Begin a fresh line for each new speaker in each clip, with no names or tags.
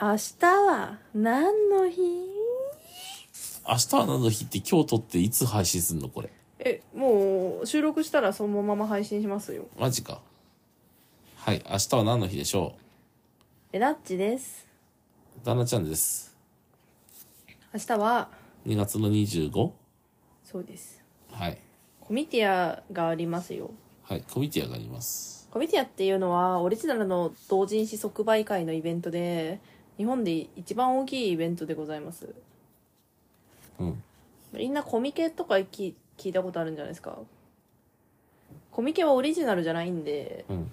明日は何の日
明日は何の日って今日撮っていつ配信すんのこれ。
えもう収録したらそのまま配信しますよ
マジか。はい。明日は何の日でしょ
えラッチです
う旦那ちゃんです。
明日は
2月の 25?
そうです
はい。
コミティアがありますよ
はい。コミティアがあります。
コミティアっていうのはオリジナルの同人誌即売会のイベントで日本で一番大きいイベントでございます
うん。
みんなコミケとかき聞いたことあるんじゃないですかコミケはオリジナルじゃないんで
うん。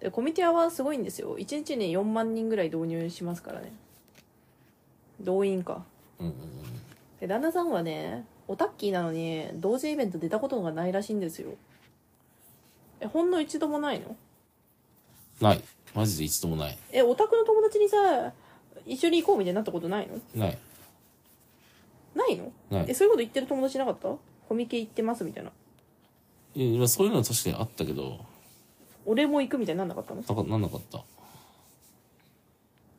でコミティアはすごいんですよ1日に4万人ぐらい導入しますからね動員か
うんうん
で旦那さんはねオタッキーなのに同時イベント出たことがないらしいんですよえほんの一度もないの
ない。マジで一度もない。
えオタクの友達にさ一緒に行こうみたいになったことないの
ない。
ないの
ない
え。そういうこと言ってる友達いなかったコミケ行ってますみたいない
や今そういうのは確かにあったけど、
俺も行くみたいになんなかったの
なんかなんなかった。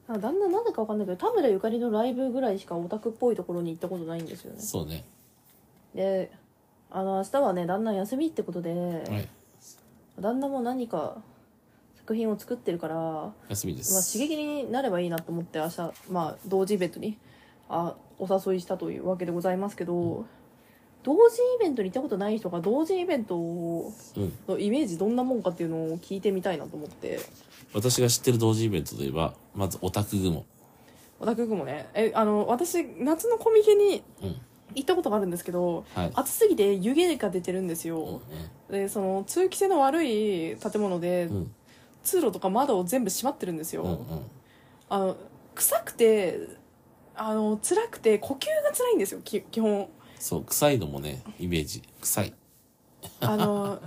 あ旦那なんだかわかんないけど田村ゆかりのライブぐらいしかオタクっぽいところに行ったことないんですよね
そうね。
であの明日はね旦那休みってことで、
はい。
旦那も何か作品を作ってるから、ま
休みで
あ、
す。
刺激になればいいなと思って明日、まあ、同時イベントにあお誘いしたというわけでございますけど、同時イベントに行ったことない人が同時イベント
うん。
のイメージどんなもんかっていうのを聞いてみたいなと思って
私が知ってる同時イベントといえば、まずオタク雲。
オタク君もねえあの私夏のコミケに
うん。
行ったことがあるんですけど
はい。
暑すぎて湯気が出てるんです
うん
よ、でその通気性の悪い建物で、
うん。うん。
通路とか窓を全部閉まってるんですよ、
うん。うん。
あの臭くてあの辛くて呼吸が辛いんですよき基本
そう、臭いのもね、イメージ。臭い。
あ の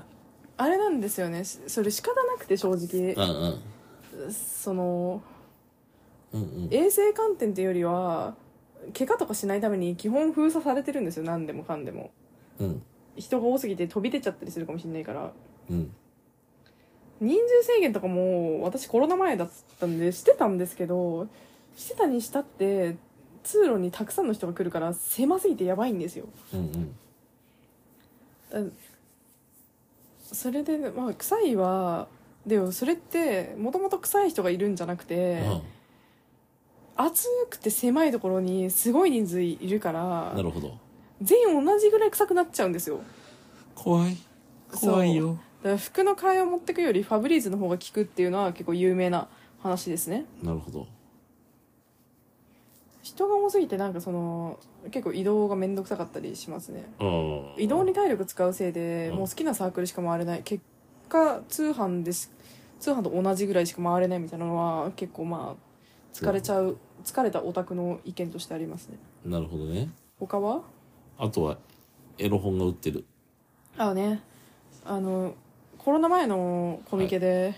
あれなんですよねしそれ仕方なくて正直
うんうん。
その
うんうん。
衛生観点というよりは怪我とかしないために基本封鎖されてるんですよ何でもかんでも
うん。
人が多すぎて飛び出ちゃったりするかもしれないから
うん。
人数制限とかも私コロナ前だったんでしてたんですけどしてたにしたって通路にたくさんの人が来るから狭すぎてやばいんですよ
うんうん。
うんそれで、まあ、臭いはでもそれってもともと臭い人がいるんじゃなくて、暑くて狭いところにすごい人数いるか
う
ら
ん。なるほど。
全員同じぐらい臭くなっちゃうんですよ
怖い。怖いよ。
だから服の替えを持ってくよりファブリーズの方が効くっていうのは結構有名な話ですね
なるほど。
人が多すぎてなんかその結構移動がめんどくさかったりしますね
うん。
移動に体力使うせいで、
うん
もう好きなサークルしか回れない結果通販です通販と同じぐらいしか回れないみたいなのは結構まあ疲れちゃう、疲れたオタクの意見としてありますね
なるほどね。
他は
あとは、エロ本が売ってる。
あねあのコロナ前のコミケで、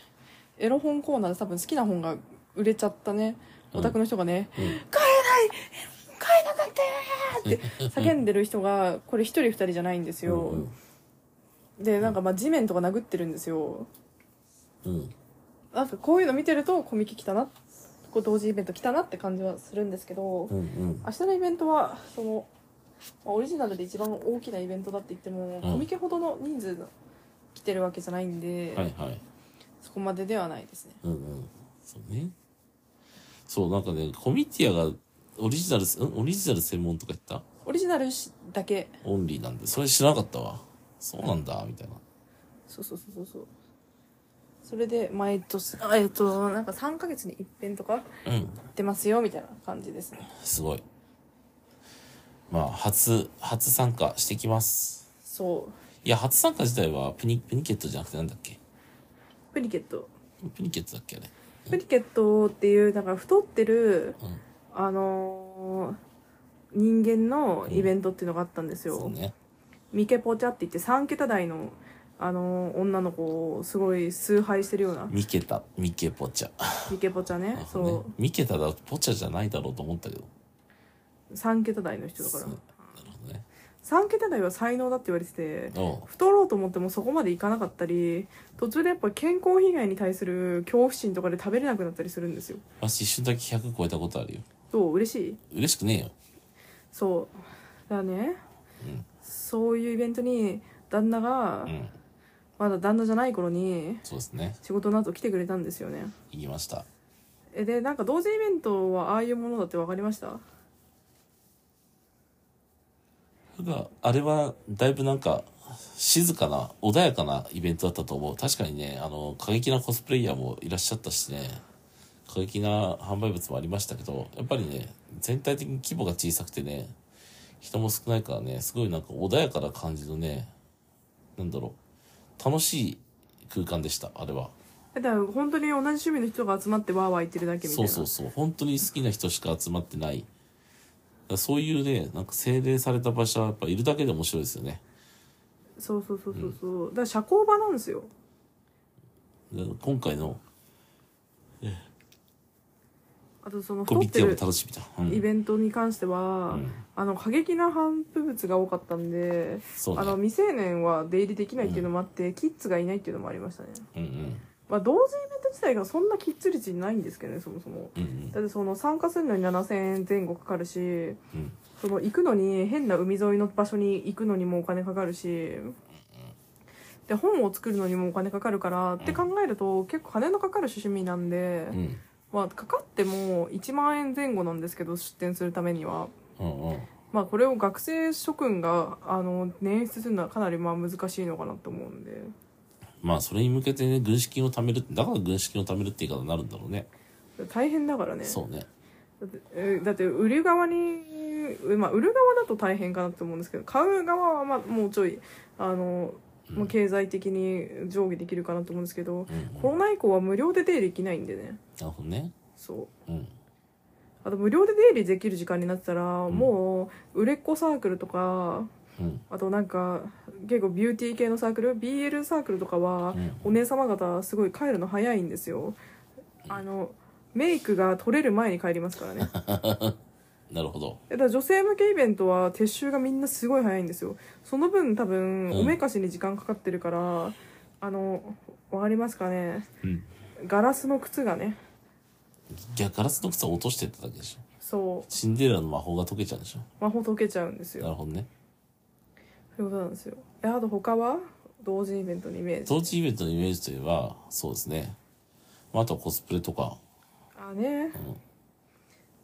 エロ本コーナーで多分好きな本が売れちゃったねオタクの人がね、
うん
買えなかったよーって叫んでる人がこれ一人二人じゃないんですよ、
うん
でなんかまあ地面とか殴ってるんですよ
うん。うん。
なんかこういうの見てるとコミケ来たなこう同時イベント来たなって感じはするんですけど
うんうん。
明日のイベントはそのまあオリジナルで一番大きなイベントだって言っても、
うん
コミケほどの人数が来てるわけじゃないんで、
はいはい。
そこまでではないですね
うんうん。そうね。そう、なんかね、コミティアがオリジナル、んオリジナル専門とか言った
オリジナルしだけ
オンリーなんで、それ知らなかったわ。そうなんだ、みたいな。
そうそうそうそうそうそれで毎年あえっとなんか3ヶ月に一遍とか
うん。
出ますよみたいな感じですね
すごい。まあ、初、初参加してきます。
そ
いや、初参加自体はプニ、プニケットじゃなくてなんだっけ
うプリケット
プニケットだっけあれ。
プリケットっていうなんか太ってる
うん。
あのー人間のイベントっていうのがあったんですよ、
そうね。
ミケポチャって言って3桁台の、あのー女の子をすごい崇拝してるような
ミケタ、ミケポチャ。
ミケポチャね
ね
そ
ミケタだとポチャじゃないだろうと思ったけど。
う3桁台の人だか
そう
ら
なるほどね。
3桁台は才能だって言われてて
おう
太ろうと思ってもそこまでいかなかったり途中でやっぱ健康被害に対する恐怖心とかで食べれなくなったりするんですよ
私一瞬だけ100超えたことあるよ
どう嬉しい
嬉しくねえよ
そうだからね、
うん
そういうイベントに旦那が、
うん
まだ旦那じゃない頃に
そうですね
仕事の後来てくれたんですよね
行きました
えでなんか同時イベントはああいうものだって分かりました
なんかあれはだいぶなんか静かな穏やかなイベントだったと思う確かにねあの過激なコスプレイヤーもいらっしゃったしね過激な販売物もありましたけどやっぱりね全体的に規模が小さくてね人も少ないからねすごいなんか穏やかな感じのねなんだろう楽しい空間でしたあれは
えだから本当に同じ趣味の人が集まってワーワー言ってるだけみたい
そう
な
そうそう本当に好きな人しか集まってないだからそういうねなんか精霊された場所はやっぱいるだけで面白いですよね
そうそうそうそうそうだから社交場なんですよ
で今回の
あとその
コ
太っ
ミテ
て
ィアも
る
楽しみだ、うん
イベントに関しては、
うん
あの過激な反復物が多かったんで、
そうね
あの未成年は出入りできないっていうのもあって、キッズがいないっていうのもありましたね、
うん
まあ、同時イベント自体がそんなキッズ率ないんですけどねそもそも
うんうん
だってその参加するのに7000円前後かかるし
うん
その行くのに変な海沿いの場所に行くのにもお金かかるしで本を作るのにもお金かかるからって考えると結構金のかかる趣味なんで、
うんうん
まあかかっても1万円前後なんですけど出店するためには
うんうん
まあこれを学生諸君があの捻出するのはかなりまあ難しいのかなと思うんで
まあそれに向けてね軍資金を貯めるだから軍資金を貯めるって言い方になるんだろうね
大変だからね
そうね
だってえだって売る側に、まあ、売る側だと大変かなと思うんですけど買う側はまあもうちょいあの、まあ、経済的に上下できるかなと思うんですけど、
うんうん
コロナ以降は無料で出入りできないんでね
なるほどね
そう
うん
あと無料で出入りできる時間になってたら、もう売れっ子サークルとか
うん
あとなんか結構ビューティー系のサークル BL サークルとかは、
うん
お姉様方すごい帰るの早いんですよあのメイクが取れる前に帰りますからね
なるほど
だから女性向けイベントは撤収がみんなすごい早いんですよその分多分
うん
おめかしに時間かかってるから、あのわかりますかね
うん
ガラスの靴がね
逆ガラスの靴を落としてっただけでしょ
そう
シンデレラの魔法が解けちゃうんでし
魔法溶けちゃうんです
ょ
よ
なるほどね
そういうことなんですよえあと他は同時イベントのイメージ
同時イベントのイメージといえばそうですねまああとはコスプレとか
あね
うん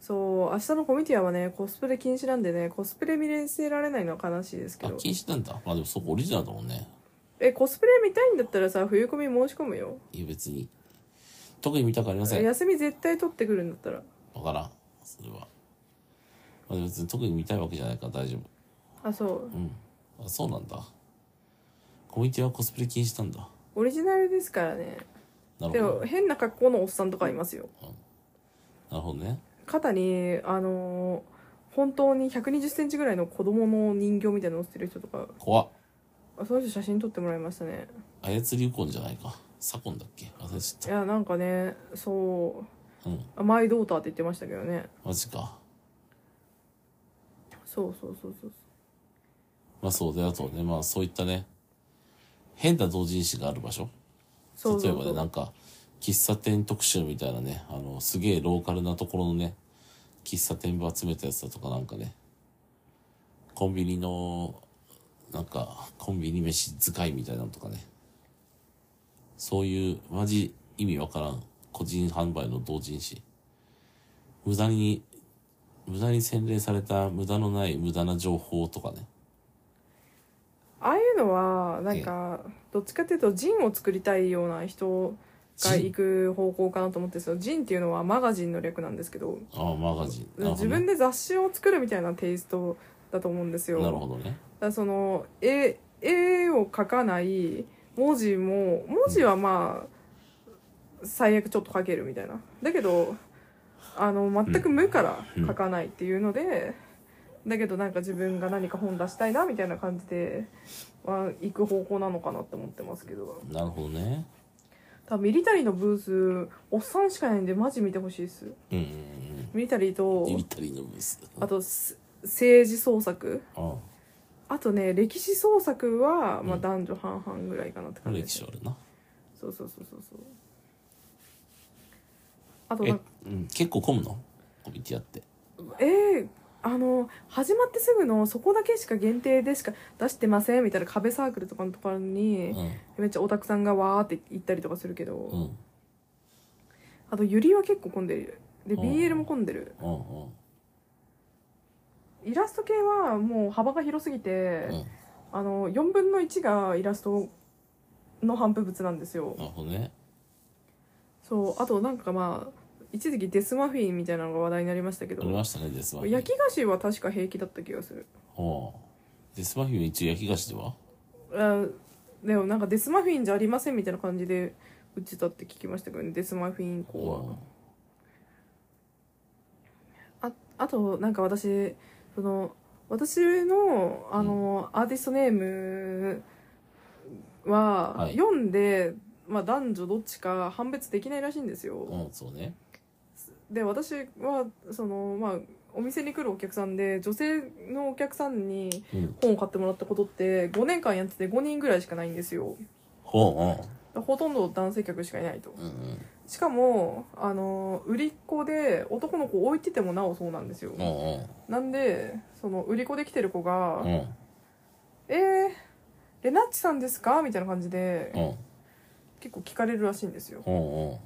そう明日のコミティアはねコスプレ禁止なんでねコスプレ見せられないのは悲しいですけ
あ
ど
禁止なんだまあでもそこオリジナルだもんね
えコスプレ見たいんだったらさ冬コミ申し込むよ
いや別に特に見たくありません
休み絶対取ってくるんだったら
わからんそれは、まあ、別に特に見たいわけじゃないから大丈夫
あそう
うんあそうなんだコミュニティはコスプレ禁止したんだ
オリジナルですからね
なる
で
ほ
も
ど
変な格好のおっさんとかいますよ
なるほどね
肩にあのー本当に1 2 0ンチぐらいの子供の人形みたいなの乗ってる人とか
怖っ
あその人写真撮ってもらいましたね
操りウコンじゃないか左近だっけ忘れち
い
ゃっ
やなんかねそう
たうん
あマイドーターって言ってましたけどね
マジか
そうそうそうそう
まあそうであとねまあそういったね変な同人誌がある場所
そうそう
例えば
そ
ね
う
なんか喫茶店特集みたいなねあのすげえローカルなところのね喫茶店部集めたやつだとかなんかねコンビニのなんかコンビニ飯使いみたいなのとかねそういうマジ意味わからん個人販売の同人誌無駄に無駄に洗練された無駄のない無駄な情報とかね
ああいうのはなんかどっちかっていうとジンを作りたいような人が行く方向かなと思ってるんですよジンっていうのはマガジンの略なんですけど
ああマガジンなるほ
自
ど
分
ね
で雑誌を作るみたいなテイストだと思うんですよ
なるほどね
だからその絵絵を描かない文字も文字はまあ最悪ちょっと描けるみたいなだけどあの全く無から描かないっていうので、だけどなんか自分が何か本出したいなみたいな感じでは行く方向なのかなって思ってますけど
なるほどね
多分ミリタリーのブースおっさんしかいないんでマジ見てほしいです
うんうんうん
ミリタリーと
ディリタリーのブース
あとす政治創作
ああ
あとね歴史創作は、ま
う
あ、
ん
男女半々ぐらいかなって感じで
歴
す
史あるな
そうそうそうそうそうあと
え
なんか、
うん、結構混むのコミュニティアって
えーあの始まってすぐのそこだけしか限定でしか出してませんみたいな壁サークルとかのところ
う
に、
ん
めっちゃオタクさんがわーって行ったりとかするけど、
うんうん
あとユリは結構混んでるで
うん
BL も混んでる
うん
イラスト系はもう幅が広すぎて、
うん
あの4分の1がイラストの反布物なんですよ
なるほどね
そうあとなんかまあ一時期デスマフィンみたいなのが話題になりましたけ
あ
ど
りましたねデスマフィン
焼き菓子は確か平気だった気がする
ほうデスマフィンは一応焼き菓子では
あでもなんかデスマフィンじゃありませんみたいな感じで売ってたって聞きましたけどねデスマフィン以降は
ほ
ああとなんか私その私のあの、アーティストネームは、
はい
読んで、まあ、男女どっちか判別できないらしいんです
うう
よ。
んそうね
で私はその、まあ、お店に来るお客さんで女性のお客さんに
うん
本を買ってもらったことって5年間やってて5人ぐらいしかないんですよ。
ほ
ほとんど男性客しかいないと
う。うんうん
しかもあの売りっ子で男の子置いててもなおそうなんですよ。
うんうん
なんでその売り子で来てる子が「
うん
えー、レナッチさんですか?」みたいな感じで
うん
結構聞かれるらしいんですよ
うんうん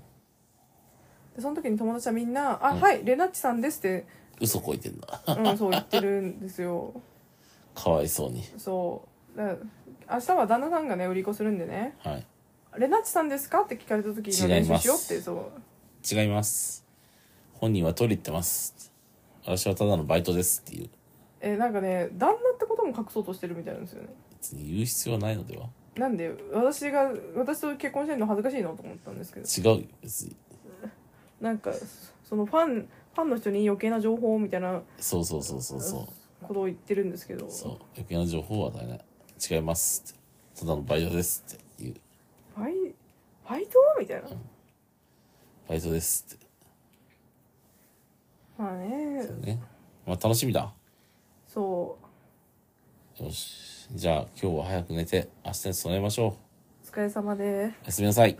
でその時に友達はみんな「あ、
うん
はいレナッチさんです」って、
嘘こいてんな
うん、そう言ってるんですよ
かわいそうに
そうだ明日は旦那さんがね売り子するんでね
はい
「レナッチさんですか?」って聞かれた時の
違い
練習
ます
しようってそう
違います本人は取り入ってます私はただのバイトですっていう
えなんかね旦那ってことも隠そうとしてるみたいなんですよね
別に言う必要はないのでは
なんで私が私と結婚してるの恥ずかしいのと思ったんですけど
違うよ別に
なんかそのファンファンの人に余計な情報みたいな
そうそうそうそうそ
ことを言ってるんですけど
うそう余計な情報は与えない違いますってただのバイトですっていう
ファイファイトみたいな
バイトですって
まあね
そうねまあ楽しみだ
そ
よしじゃあ今日は早く寝て明日に備えましょう
うお疲れ様で
おやすみなさい